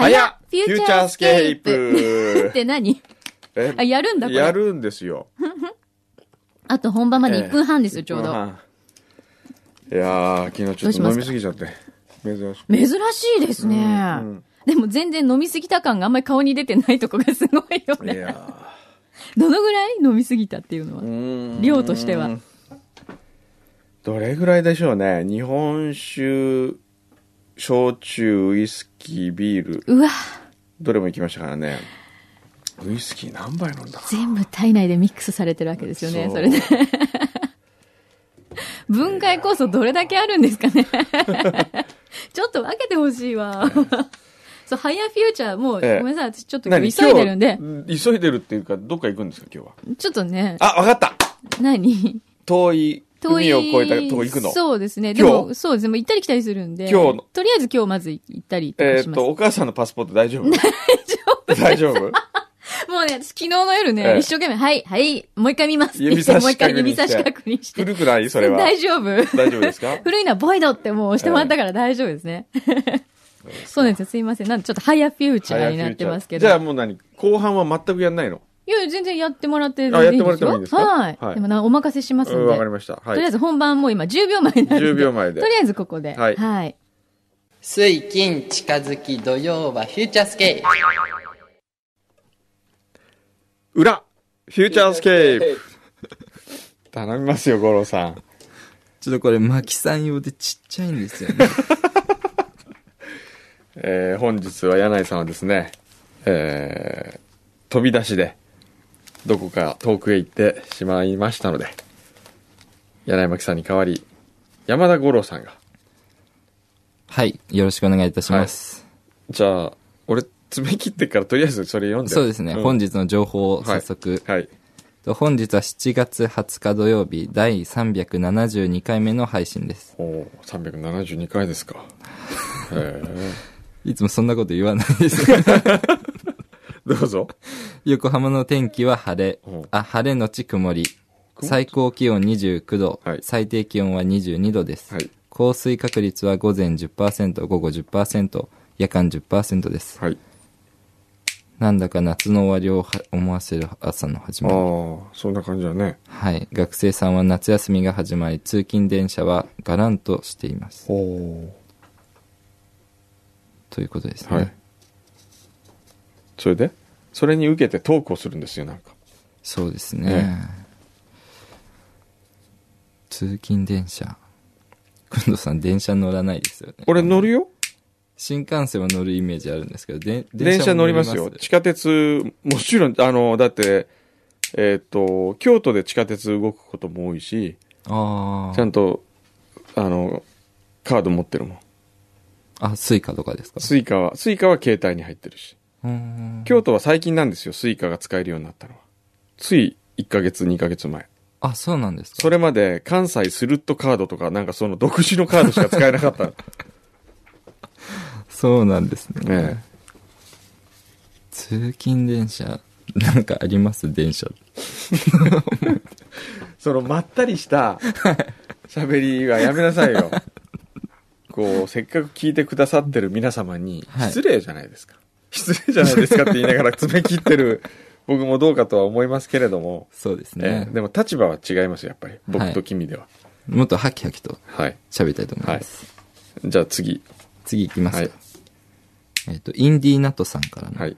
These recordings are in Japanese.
ューチャースケープって何えあ、やるんだこれやるんですよ。あと本番まで1分半ですよ、 ちょう1分ど。半いやー、昨日ちょどうっと飲しみますすぎちゃって。珍しく。珍しいですね。うんうんでも全然飲みすぎた感があんまり顔に出てないとこがすごいよいね。やどのぐらい飲みすぎたっていうのはーう。ー ん量としては。どれぐらいでしょうね。日本酒、焼酎、ウイスキー、ビール、うわ、どれも行きましたからね。ウイスキー何杯飲んだか全部体内でミックスされてるわけですよね、それで。 そう分解酵素どれだけあるんです かね。ちょっと分けてほしいわ。そう、ハイヤーフューチャー、もう、ええごめんなさい、私ちょっと今何日急いでるんで、今日急いでるっていうか、どっか行くんですか、今日は。ちょっとね、あ、わかった何遠い、遠い。 海を越えたとこ行くの。そうですね。で今日も、そうですね。もう行ったり来たりするんで。今日のとりあえず今日まず行ったりとえかっ、します。と、お母さんのパスポート大 丈夫大丈夫もうね、私昨日の夜ね、ええ一生懸命、はい、はい、もう一回見ますって言指って、差もうし一回確認指して差し確認して。古くないそれ は。大丈夫。大丈夫ですか 古いのはボイドってもう押してもらったから大丈夫ですね。そうなんですよ。すいません。なんでちょっとハイヤーフューチャーになってますけど。じいゃあもう何後半は全くやんないのや、全然やってもらってあやっていいもんでらっすてもよ。いいんですかはい。はいでもな、お任せしますうんのわで。かりました。とりあはえい。ず本番もう今10秒前なんで。 10秒前でとりあえずここで。はいはい水金近づき土曜はフューチャースケープ裏、フューチャースケープ。 頼みますよ、五郎さん。ちょっとこれ、マキさん用でちっちゃいんですよね。えー本日は柳井さんはですね、えー飛び出しで、どこか遠くへ行ってしまいましたので、柳井真紀さんに代わり、山田五郎さんが、 はい。よろしくお願いいたします。じゃあ、俺、爪切ってからとりあえずそれ読んで。そうですね。ん本日の情報を早速。はい。と本日は7月20日土曜日、第372回目の配信です。おお372回です か。へえいつもそんなこと言わない です。どうぞ。横浜の天気は晴れうん。あ、晴れのち曇り。曇り最高気温29度、はい最低気温は22度です。はい降水確率は午前10%、午後10%、夜間10%です。はい。なんだか夏の終わりをは思わせる朝の始ああまり。、そんな感じだね。はい。学生さんは夏休みが始まり、通勤電車はがらんとしています。おおということですね。はい。それでそれに受けてトークをするんですよ、なんか。そうですね。通勤電車。くんどさん、電車乗らないですよね。俺乗るよ新幹線は乗るイメージあるんですけど、で電車乗りますよ。地下鉄、もちろん、あの、だって、えっ、と、京都で地下鉄動くことも多いし、あちゃあ。んと、あの、カード持ってるもん。あ、スイカとかですかスイカは、スイカは携帯に入ってるし。うーん京都は最近なんですよ、スイカが使えるようになったのは。つい1ヶ月、2ヶ月前。あ、そうなんですかそれまで関西スルッとカードとか、なんかその独自のカードしか使えなか った。そうなんですね。え通勤電車、なんかあります電車。え。そのまったりした喋りはやめなさい よ。こう、せっかく聞いてくださってる皆様にはい失礼じゃないですか。失礼じゃないですかって言いながら爪切って る僕もどうかとは思いますけれども、そうですえねえ。でも立場は違いますよ、やっぱり。僕と君では。もっとハキハキとはい。喋りたいと思います。じゃあ次。次行きますか。はいえっ、と、インディーナトさんからの、はい。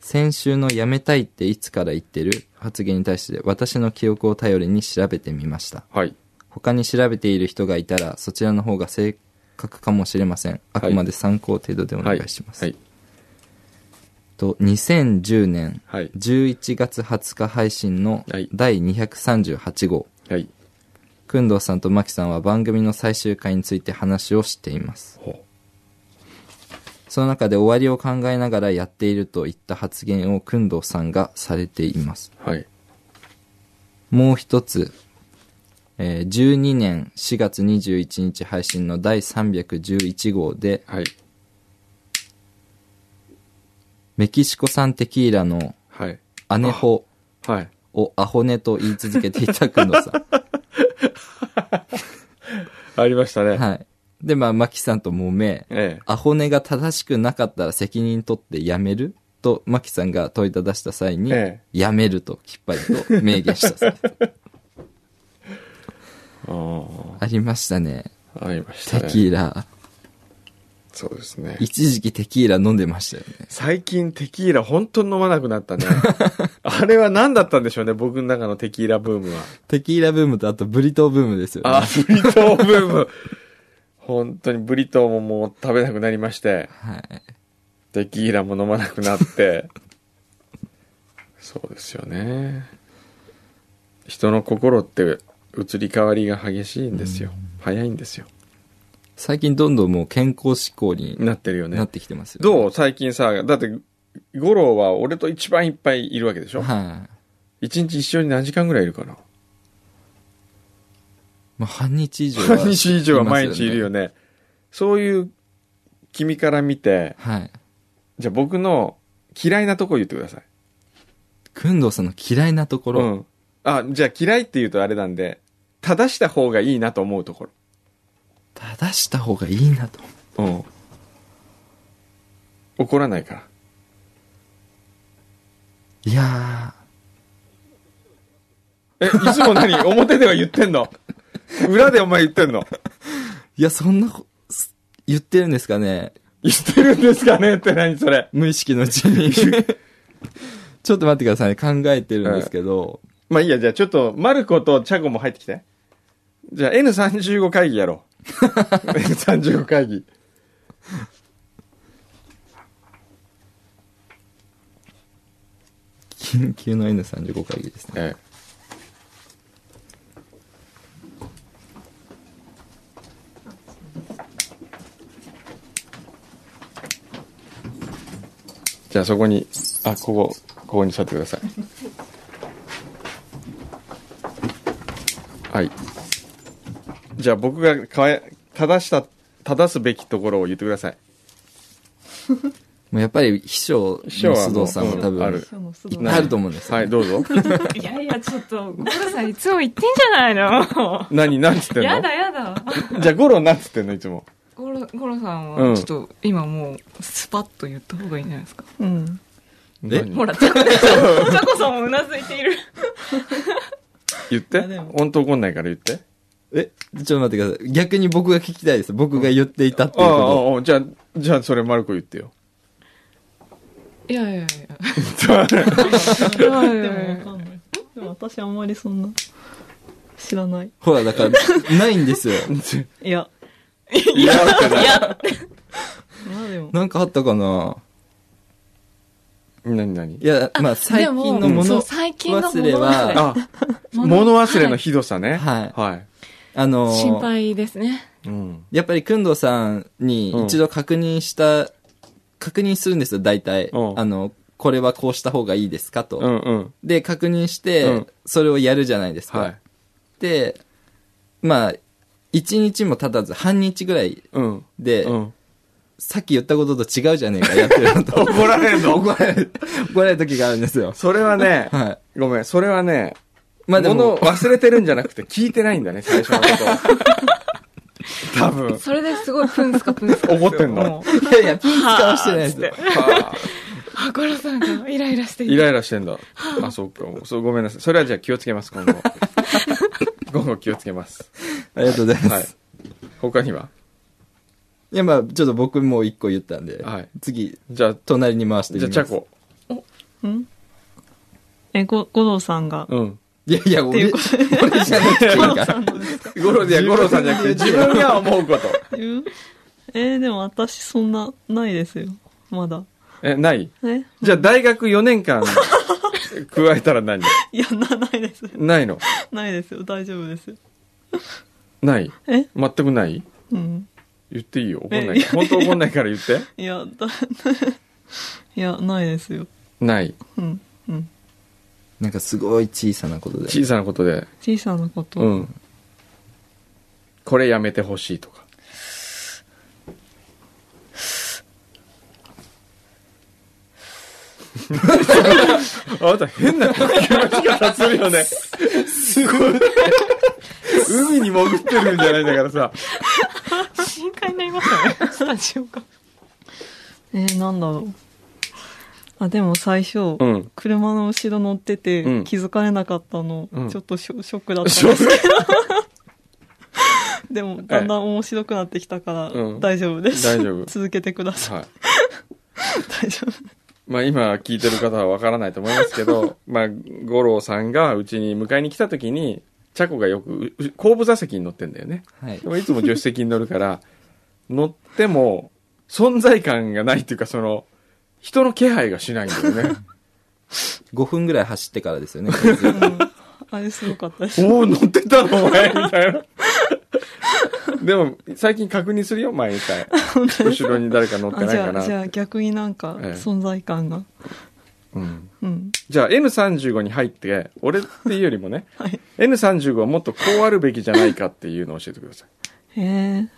先週の辞めたいっていつから言ってる発言に対して私の記憶を頼りに調べてみました。はい。他に調べている人がいたらそちらの方が正確かもしれません。あくまで参考程度でお願いします。はい。と、2010年はい11月20日配信のはい第238号。はい。くんどうさんとまきさんは番組の最終回について話をしています。ほその中で終わりを考えながらやっているといった発言を工藤さんがされています。う。はい。もう一つ、えー12年4月21日配信の第311号で、はい。メキシコ産テキーラのはい。アネホはい。をアホネと言い 続けていた工藤さん。ありましたね。はい。で、まあ、マキさんと揉め、えアホネが正しくなかったら責任取ってやめると、マキさんが問いただした際に、えやめるときっぱりと明言した そうですえ。あありましたね。あ、ありましたテね。キーラ。そうですね。一時期テキーラ飲んでましたよね。最近テキーラ本当に飲まなくなった ね。あれは何だったんでしょうね、僕の中のテキーラブームは。テキーラブームとあとブリトーブームですよね。あ、ブリトーブーム。本当にブリトーももう食べなくなりまして、はい。テキーラも飲まなくなって。そうですよね。人の心って移り変わりが激しいんですよ。早いんですよ。最近どんどんもう健康志向になってるよねな。ってきてますよ、どう最近さ、だって、五郎は俺と一番いっぱいいるわけでしょはい。一日一緒に何時間ぐらいいるかなまあ、半日以上は、半日以上は毎日いるよね。ね。そういう君から見て、はい。じゃあ僕の嫌いなとこ言ってください。くんどうさんの嫌いなところ、うん。あ、じゃあ嫌いって言うとあれなんで、正した方がいいなと思うとこ正した方がいいなと。ろ。うん。怒らないから。いやえ、いつも何表では言ってんの裏でお前言ってんのー、いや、そんなこ、す言ってるんですかね言ってるんですかねって何それ。無意識のうち に。ちょっと待ってくださいね。考えてるんですけど、まあいいや、じゃあちょっと、マルコとチャコも入ってきて。じゃあ N35 会議やろう。N35 会議。緊急の N35 会議ですね。ええ。じゃあそこに、あ、ここ、ここに座ってください。はい。じゃあ僕がかえ正した、正すべきところを言ってください。もうやっぱり秘書の須藤さんは多秘書はもううん分、ああるる今日もすいごっいぱいあると思うんですよ、はねい、どうぞ。 いやいや、ちょっと、ゴロさんいつも言ってんじゃないの何、何つってんの やだやだ。じゃあゴロ何つってんのいつも。ゴロ、ゴロさんうんは、ちょっと、今もう、スパッと言った方がいいんじゃないですか。うん。え何ほら、ちゃこ、ちゃこさんもうなずいている。言ってでも本当怒んないから言って。え、ちょっと待ってください。逆に僕が聞きたいです。僕が言っていたってあいうあこああ、じゃあ、じゃあそれマルコ言ってよ。いやいやいや。いでやもわいかんない。でも私あんまりそんな知らない。と。ほら、だから、ない んですよ。いや、 いや、まあでも、なんかあったかな何何いや、まあ、最近のもそのう最近の忘れ物忘れは、あ、物忘れのひどさね。はいはい。あのやー心配ですね。うん。やっぱり、くんどうさんにうん一度確認した、確認するんですよ、大体。うんあの、これはこうした方がいいですかと。うんうん。で、確認して、うんそれをやるじゃないですか。はい。で、まあ、一日も経たず、半日ぐらいうん。で、うん。さっき言ったことと違うじゃねえか、やってるの と。怒られるの怒られる、怒られる時があるんですよ。それはね、はい。ごめん、それはね、まあで物をも、忘れてるんじゃなくて聞いてないんだ ね、最初のことを多分。それですごいプンスカプンスカ。怒ってんのもういやいや、ピン使わしてないですよ。はああ、ゴロさんがイライラしていイる。ライラしてんだ。あ、そうか。そう、ごめんなさい。それはじゃあ気をつけます、今 後。今後気をつけます。ありがとうございます。はい。他にはいや、まあ、ちょっと僕もう一個言ったんで、はい次、じゃあ、隣に回してみじゃまあ、す。チャコ。んえ、ご、五郎さんが。うん。いやいや、俺、俺じゃなくていいから。ゴロ、い や、ゴロさんじゃ なくて、自分が思うこと。うんえーでも私そんな、ないですよ。まだ。 え、ないえじゃあ、大学4年間、加えたら何いや、な、ないです。ないのないですよ。大丈夫ですよ。ないえ全くないうん。言っていいよ。怒んなえいい。や本当怒んないから言って。いや、だ、 いや、ないですよ。ない。うん。うん。なんかすごい小さなことで。小さなことで。小さなこと。うん。これやめてほしいとか。あなた変な呼吸の仕方するよね。すごい。海に潜ってるんじゃないんだからさ。深海スタジオが。えー、なんだろう。あ、でも最初、うん車の後ろ乗ってて、うん気づかれなかったの、うんちょっとショショックだったんですけど。でも、だんだん面白くなってきたから、うん大丈夫です。大丈夫 続けてください。はい。 大丈夫。まあ今聞いてる方はわからないと思いますけど、 まあ、五郎さんがうちに迎えに来た時に、チャコがよくう、う後部座席に乗ってんだよね。はいで。もいつも助手席に乗るから、乗っても存在感がないっていうか、その、人の気配がしないんだよ ね。 5分ぐらい走ってからです よね。あれすごかったです。おお、乗ってたのお前みたいな。でも、最近確認するよ、毎回。後ろに誰か乗ってなあいじかゃあ、なじ。ゃあ逆になんかええ存在感が。うんうん。じゃあ N35 に入って、俺っていうよりもね、 はい。 N35 はもっとこうあるべきじゃないかっていうのを教えてください。へえ。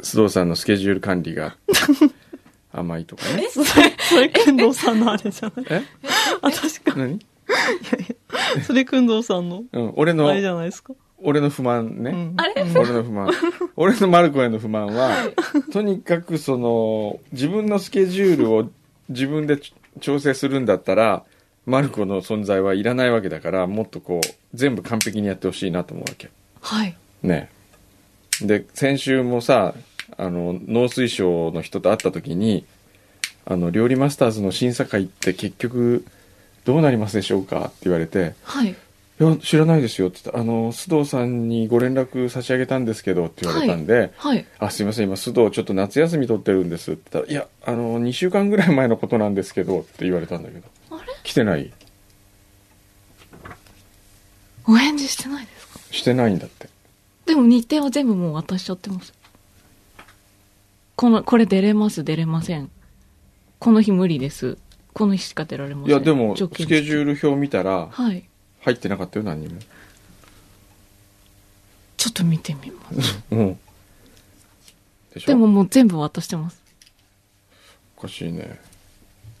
須藤さんのスケジュール管理が甘いとかね。それ、それ、くんどうさんのあれじゃない。 えあ、確か何に。それ、くんどうさんの、うん、俺あのれ、じゃないですか。俺の不満ね。うんあれ俺の不満。俺のマルコへの不満は、とにかくその、自分のスケジュールを自分でち調整するんだったら、マルコの存在はいらないわけだから、もっとこう、全部完璧にやってほしいなと思うわけ。はい。ねで、先週もさ、あの、農水省の人と会った時に、あの、料理マスターズの審査会って結局、どうなりますでしょうかって言われて、はい。いや知らないですよって言ったあの須藤さんにご連絡差し上げたんですけどって言われたんで、はい。あすいません今須藤ちょっと夏休み取ってるんですって言ったらいやあの2週間ぐらい前のことなんですけどって言われたんだけどあれ来てないお返事してないですかしてないんだってでも日程は全部もう渡しちゃってます。この、これ出れます、出れません。この日無理です。この日しか出られません。いやでもス条件ケ付きジュール表見たらはい。入ってなかったよ何にもちょっと見てみます。うんでしょでももう全部渡してます。おかしいね、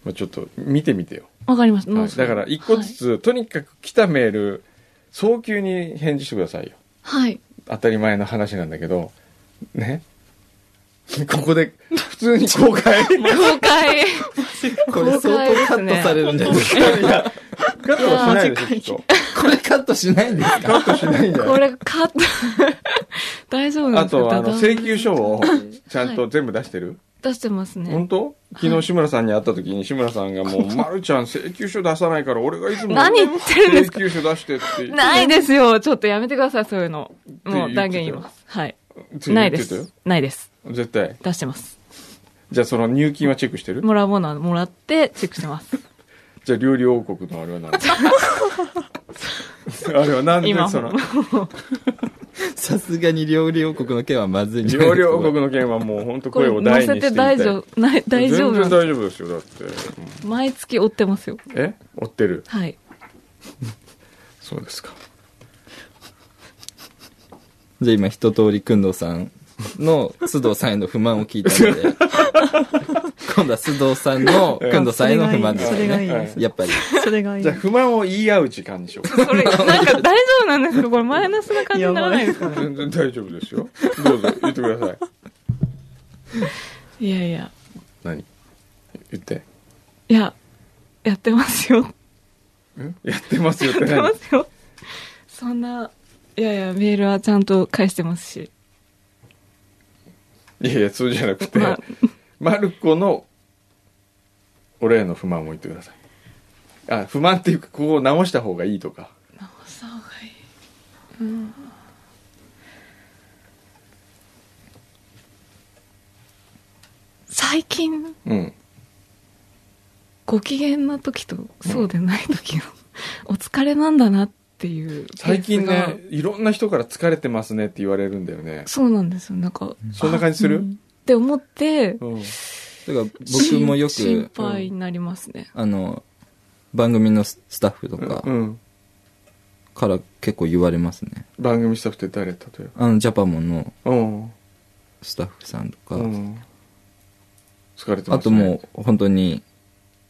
まあ、ちょっと見てみてよ、わかります。もはうい、それだから1個ずつ、とにかく来たメール早急に返事してくださいよはい。はい。当たり前の話なんだけど、ね。 ここで、普通に公開。公開。これ相当カットされるんじゃないですか。いやカットはしないでしょ、きっと。これカットしないんですカかットしないんだこよ。れ、カ ット。大丈夫なんあですかと、あの、ダダ請求書を、ちゃんと全部出してる、出してますね。本当昨日志村さんに会った時に志村さんがもう、まるちゃん請求書出さないから、俺がいつも何言ってるんです請か求書出してって。ないですよ。ちょっとやめてください、そういうの。もって言ってたうよ断言言います。はい。ってな言いってでたよす。ないです。絶対。出してます。じゃあその入金はチェックしてるもらうものはもらって、チェックしてます。じゃあ料理王国のあれ は何だあれはなんで今その、さすがに料理王国の件はまずいんじゃない料です理か王国の件はもう本当これ声を大載にしてせ言ていたい大丈夫、ない大丈夫な全然んで大丈夫ですよだって、す。毎月追ってますよ。うんえ追ってるはい。そうですかじゃあ今一通りくんどうさんの須藤さんへの不満を聞いたので、 今度は須藤さんのくんどうさんへの不満ですそよれがね。いいです。やっぱり。それがいいじゃあです。不満を言い合う時間にしようかそれ、なんか大丈夫なんですかこれマイナスな感じにならないですか全然大丈夫ですよどうぞ言ってくださいいやいや。何言っていや、やってますよ。やってますよってやってま何すよ。そんな、いやいや、メールはちゃんと返してますし。いやいやそうじゃなくて、まあマルコの俺への不満を言ってくださいあ不満っていうかここを直した方がいいとか直した方がいい。うん、最近、うんご機嫌な時と、そうでない時の、 お疲れなんだなっていう。最近ね。いろんな人から疲れてますねって言われるんだよねそうなんですよ。なんか、そんな感じする、って思って、うんだから僕もよし心く、配になりますね。あの、番組のススタッフとかうん、から結構言われますね。番組スタッフって誰例えあの、ジャパモンのばうん、スタッフさんとか、うん、疲れてます、ね、あともう本当に、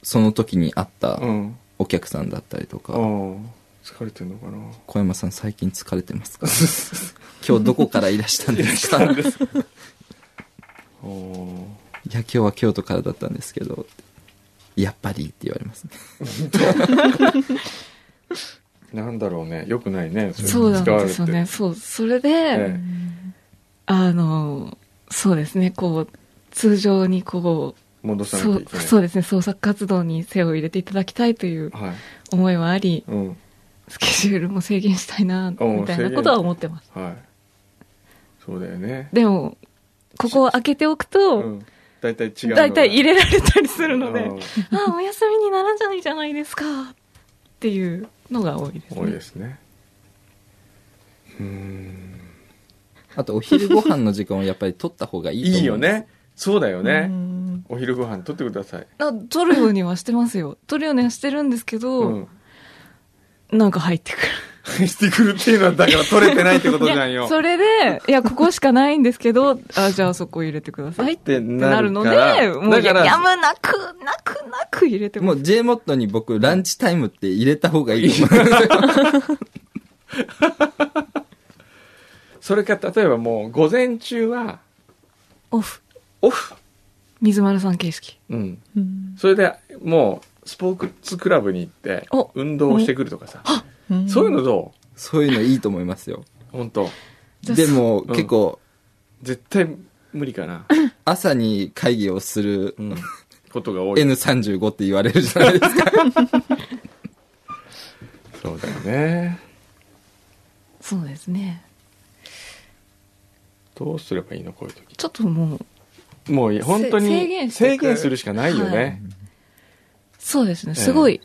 その時に会ったうんお客さんだったりとか、うん疲れてんのか な小山さん 最近疲れてますか今日どこからいらしたんですかいや今日は京都からだったんですけどやっぱりって言われますね なんだろうね。よくないね。れそうなん使われでてすよね。。そう、それで、えあの、そうですね、こう、通常にこう、え戻さなきゃそいうけない。そうですね、創作活動に背を入れていただきたいというはい。思いはあり、うん。スケジュールも制限したいな、おうみたいなことは思ってます。はい。そうだよね。でも、ここを開けておくうと、ん。大体違うのが。大体入れられたりするので、うんあ、お休みにならないじゃないですか、っていうのが多いですね。多いです ね。うーん。あとお昼ご飯の時間をやっぱり取った方がいいと思ういいよね。そうだようね。んお昼ご飯取ってください。あ取るようにはしてま すよ。取るようにはしてるんですけど、うん。 なんか入ってくる。してくるっていうのは、だから取れてないってことじゃんいよや。 それで、いや、ここしかないんですけど、あ、じゃあそこ入れてください。っててなるので、もだうかやら、やむなく、なくなく入れてももう J モットに僕ランチタイムって入れた方がいいと思うそれか、例えばもう、午前中は、オフ。オフ。水丸さん形式。うん。うんそれで、もう、スポーツクラブに行ってお、運動をしてくるとかさ。うんそういうのど そういうのいいと思いますよう本当じゃあでもうん結構絶対無理か な。朝に会議をするうん。ことが多い。 N35 って言われるじゃないですか そうだよね。そうですね。どうすればいいの、こういう時。ちょっともう、もう本当にせ制限してい制く限するしかないよね。そうですね。すごい、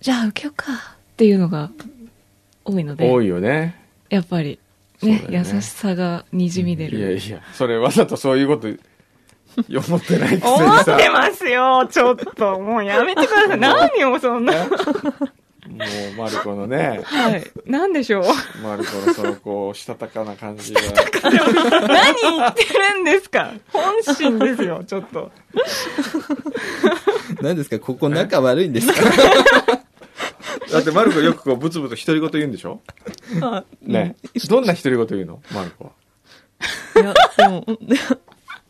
じゃあ受けようかっていうのが多いの多で、いよね。やっぱりそね、うだよね優しさが滲み出いやる。いや、それわざとそういうこと思ってないくせに思っさ。てますよ、ちょっと。もうやめてく ださい。何をそんな。もうマルコのね、はい。なんでしょう。マルコのそのこう、したたかな感じが。何言ってるんですか本心ですよ、ちょっと。何ですかここ仲悪いんですかだってマルコよくこう、ブツブツ独り言言うんでしょね。どんな独り言言うのマルコは。いや、でも、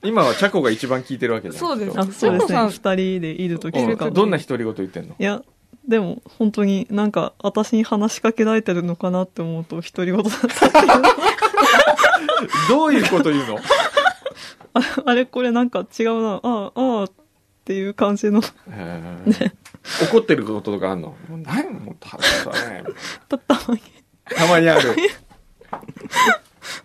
今はチャコが一番聞いてるわけじゃん。そうですきっあそうですチャコさね。ん二人でいるときととうか。んどんない独り言言ってんのや、でも、本当になんか、私に話しかけられてるのかなって思うと、独り言だった。どういうこと言うの ああれこれなんか違うな、ああ、ああ、っていう感じの。へー怒ってることとかあんのもうないもんもうただね。だったのにたまにある。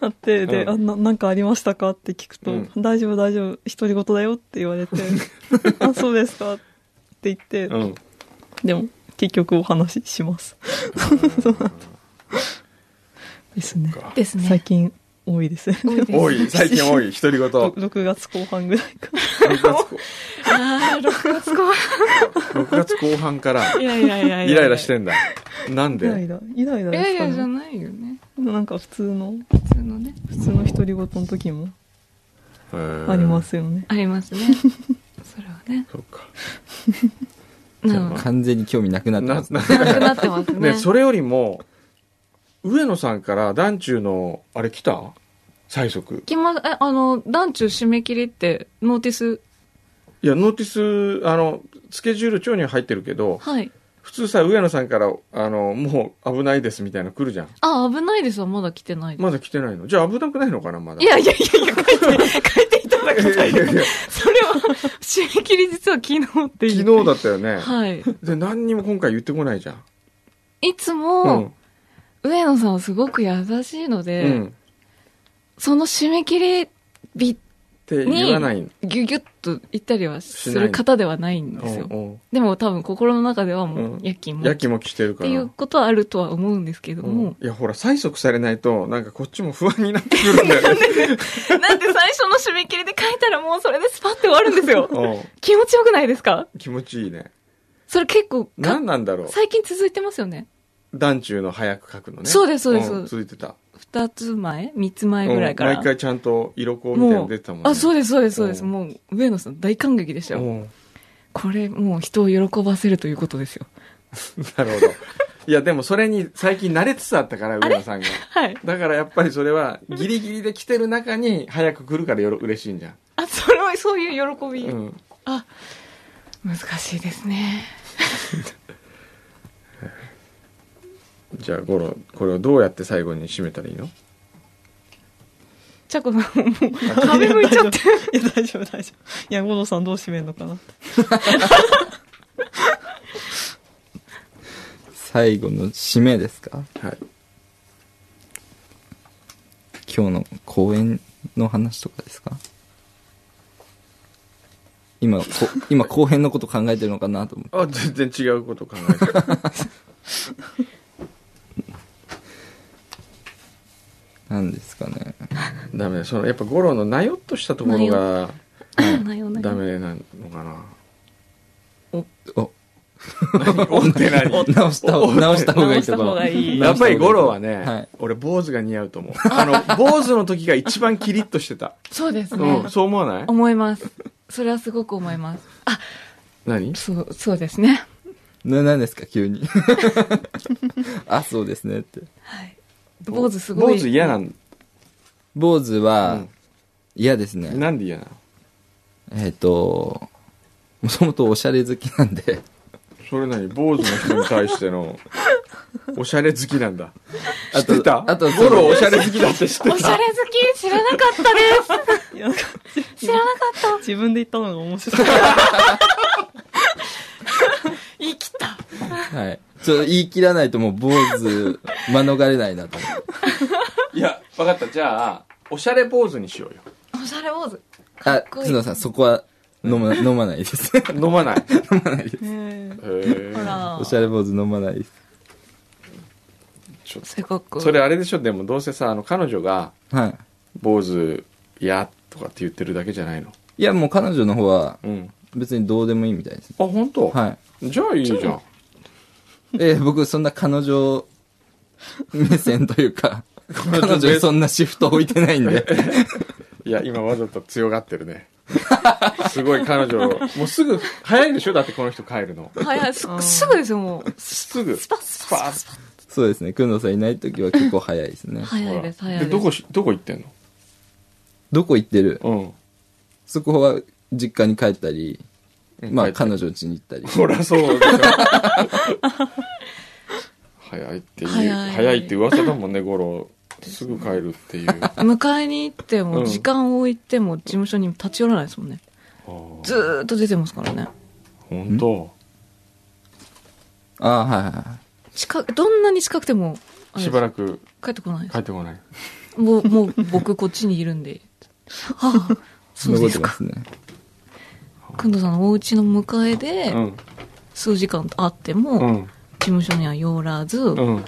あって、で、うんあな、なんかありましたかって聞くと、うん大丈夫大丈夫、独り言だよって言わ れて、あ、そうですかって言って、うん。でも、結局お話しします。 ですね。です最。近多いですね。多 いです 多い、最近多い、独り言。ろ6 6月後半ぐらいから。月こあー6月後半6月後半から、いやいやいやいや。イライラしてんだ。なんイラでイラ。イライラいでやいすかやじゃね。ないよね。なんか普通の、普通のね。普通の独り言の時もあありま。すよね。あります ね。それはね。そうか。なの完全に興味なくなってなます、ななくなってますね。ね、それよりも、上野さんから団中の、あれ来た最速。きま、え、あの、団中締め切りって、ノーティス。いや、ノーティス、あの、スケジュール帳には入ってるけど、はい。普通さ、上野さんから、あの、もう危ないですみたいなの来るじゃん。あ、危ないですわ。まだ来てない。まだ来てないの。じゃあ危なくないのかな、まだ。いやいやいやいや、書いて、書いていただいきやいた やいい。や、それは、締め切り実は昨日っていう。昨日だったよね。はい。で、何にも今回言ってこないじゃん。いつも、上野さんはすごく優しいのうで、ん。うん。っその締め切り日、て言わないんギュギュッと行ったりはすしないる方ではないんですよ。うんでも多分心の中ではもう、うん夜勤うん。も。やきっもきしてるかてら。いうことはあるとは思うんですけどうもん、、いや、ほら、催促されないと、なんかこっちも不安になってくるんだよ ね。なんで最初の締め切りで書いたらもうそれでスパって終わるんですよ。う気持ちよくないですかん。気持ちいいね。それ結構か、何なんだろう。最近続いてますよね。団中の早く書くのね。そうですそうですん続いてた。二つ前三つ前ぐらいから。うん毎回ちゃんと色子みたいなの出てたもんね。あ、そうです、そうです、そうです。うんもう、上野さん大感激でしたよ。うんこれ、もう人を喜ばせるということですよ。なるほど。いや、でもそれに最近慣れつつあったから、上野さんが。はい。だからやっぱりそれは、ギリギリで来てる中に早く来るからよろ嬉しいんじゃん。いそういう喜び、うんあ難しいですねじゃあゴロこれをどうやって最後に締めたらいいのちゃこさんもう壁向いちゃって いや、大丈夫、大丈夫。いや、五郎さんどう締めるのかな。最後の締めですかはい今日の公演の話とかですか今こ 今後編のこと考えてるのかなと思ってあ全然違うこと考えてる何ですかねダメだそのやっぱゴロのなよっとしたところが なよなよダメなのかなお おって何直したお直した方がいい直しとたこ方ろがいい。やっぱりゴロはね、はい俺坊主が似合うと思う。あの、坊主の時が一番キリッとしてた。そうです ね、うん、そう思わない思いますそれはすごく思いますあ何そうそうですねな何ですか急にあそうですねって坊主すごい坊主嫌なん坊主うはん嫌ですね、なんで嫌なのえっ、ともともとおしゃれ好きなんでそれ何坊主の人に対して の、おしゃれ好きなんだ。知あってたあとゴロおしゃれ好きだって知っておしゃたれ好き知らなか ったでいや、なんかす知らなかった自分で言ったのが面 白い。生きたはいちょっと言い切らないともう坊主免れないなと思っていや、わかった。じゃあ、おしゃれ坊主にしようよ。おしゃれ坊主あこいい角田さんそこは飲ま飲まないです飲まない。飲まないですえへーらおしゃれ坊主飲まないですちょっすごくとそれあれでしょでもどうせさ、あの、彼女が、はい坊主嫌とかって言ってるだけじゃないの。いやもう彼女の方はうん。別にどうでもいいみたいですあ、本当。はいじゃあいいじゃん。えー僕そんな彼女目線というか彼女にそんなシフト置いてないんでいや、今わざと強がってる ね。すごい彼女、もうすぐ、早いでしょだってこの人帰るの。はいはいすすぐですよもうすぐ。スパスパスパそうですね工藤さんいない時は結構早いですね早いですほら早いですどこし、どこ行ってんどこ行ってるのそこは実家に帰ったりうん。ま帰あって彼女家に行ったりほら、そうでしょ。早いっていう、早い早いって噂だもんね、ゴロ。すぐ帰るって いう。あ迎えに行ってうもん時間を置いても事務所に立ち寄らないですもんねずーーっと出てますからね本当ああはいはいはい近くどんなに近くてもあれしばらく帰ってこないです帰ってこない。もうもう僕こっちにいるんでああそう残っでてすまかすねくんどさんのお家の迎えでうん。数時間会ってうもん。事務所には寄らず、うん。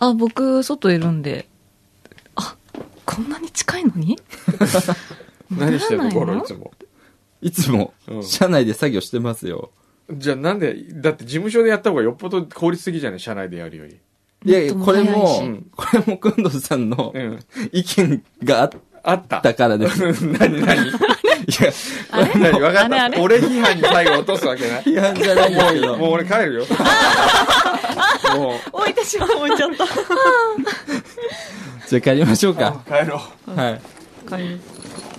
あ、僕、外いるんで。あ、こんなに近いのに 何してんの、戻ゴらロ、いないのつも。いつもうん社内で作業してますよじゃあなんで、だって事務所でやった方がよっぽど効率的じゃない社内でやるより。いやいやもっことれも早いしもこれも工藤さんのうん。意見があっあった。たからです何何いや、あれ何分かっあれた。あれ俺批判に最後落とすわけない。批判じゃ ないんです もう、けもうど。俺帰るよ。もう、置いて しまう。置いちゃった。じゃあ帰りましょうか。帰ろはい。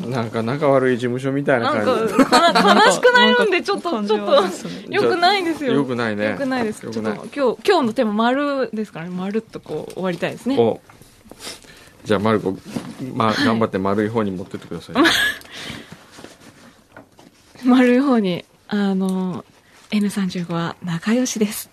う。なんか仲悪い事務所みたいななん感か、かな悲しくなるんで、ちょっなと、んちかょっ感じはですねと、 よくないですじ。よ。よくないね。良くないです。ちょよっくと、ない今。日、今日のテーマ、丸ですからね。丸っとこう、終わりたいですね。おじゃあ、マルコ、まあ、頑張って丸い方に持ってってください。丸い方に、あの、N35 は仲良しです。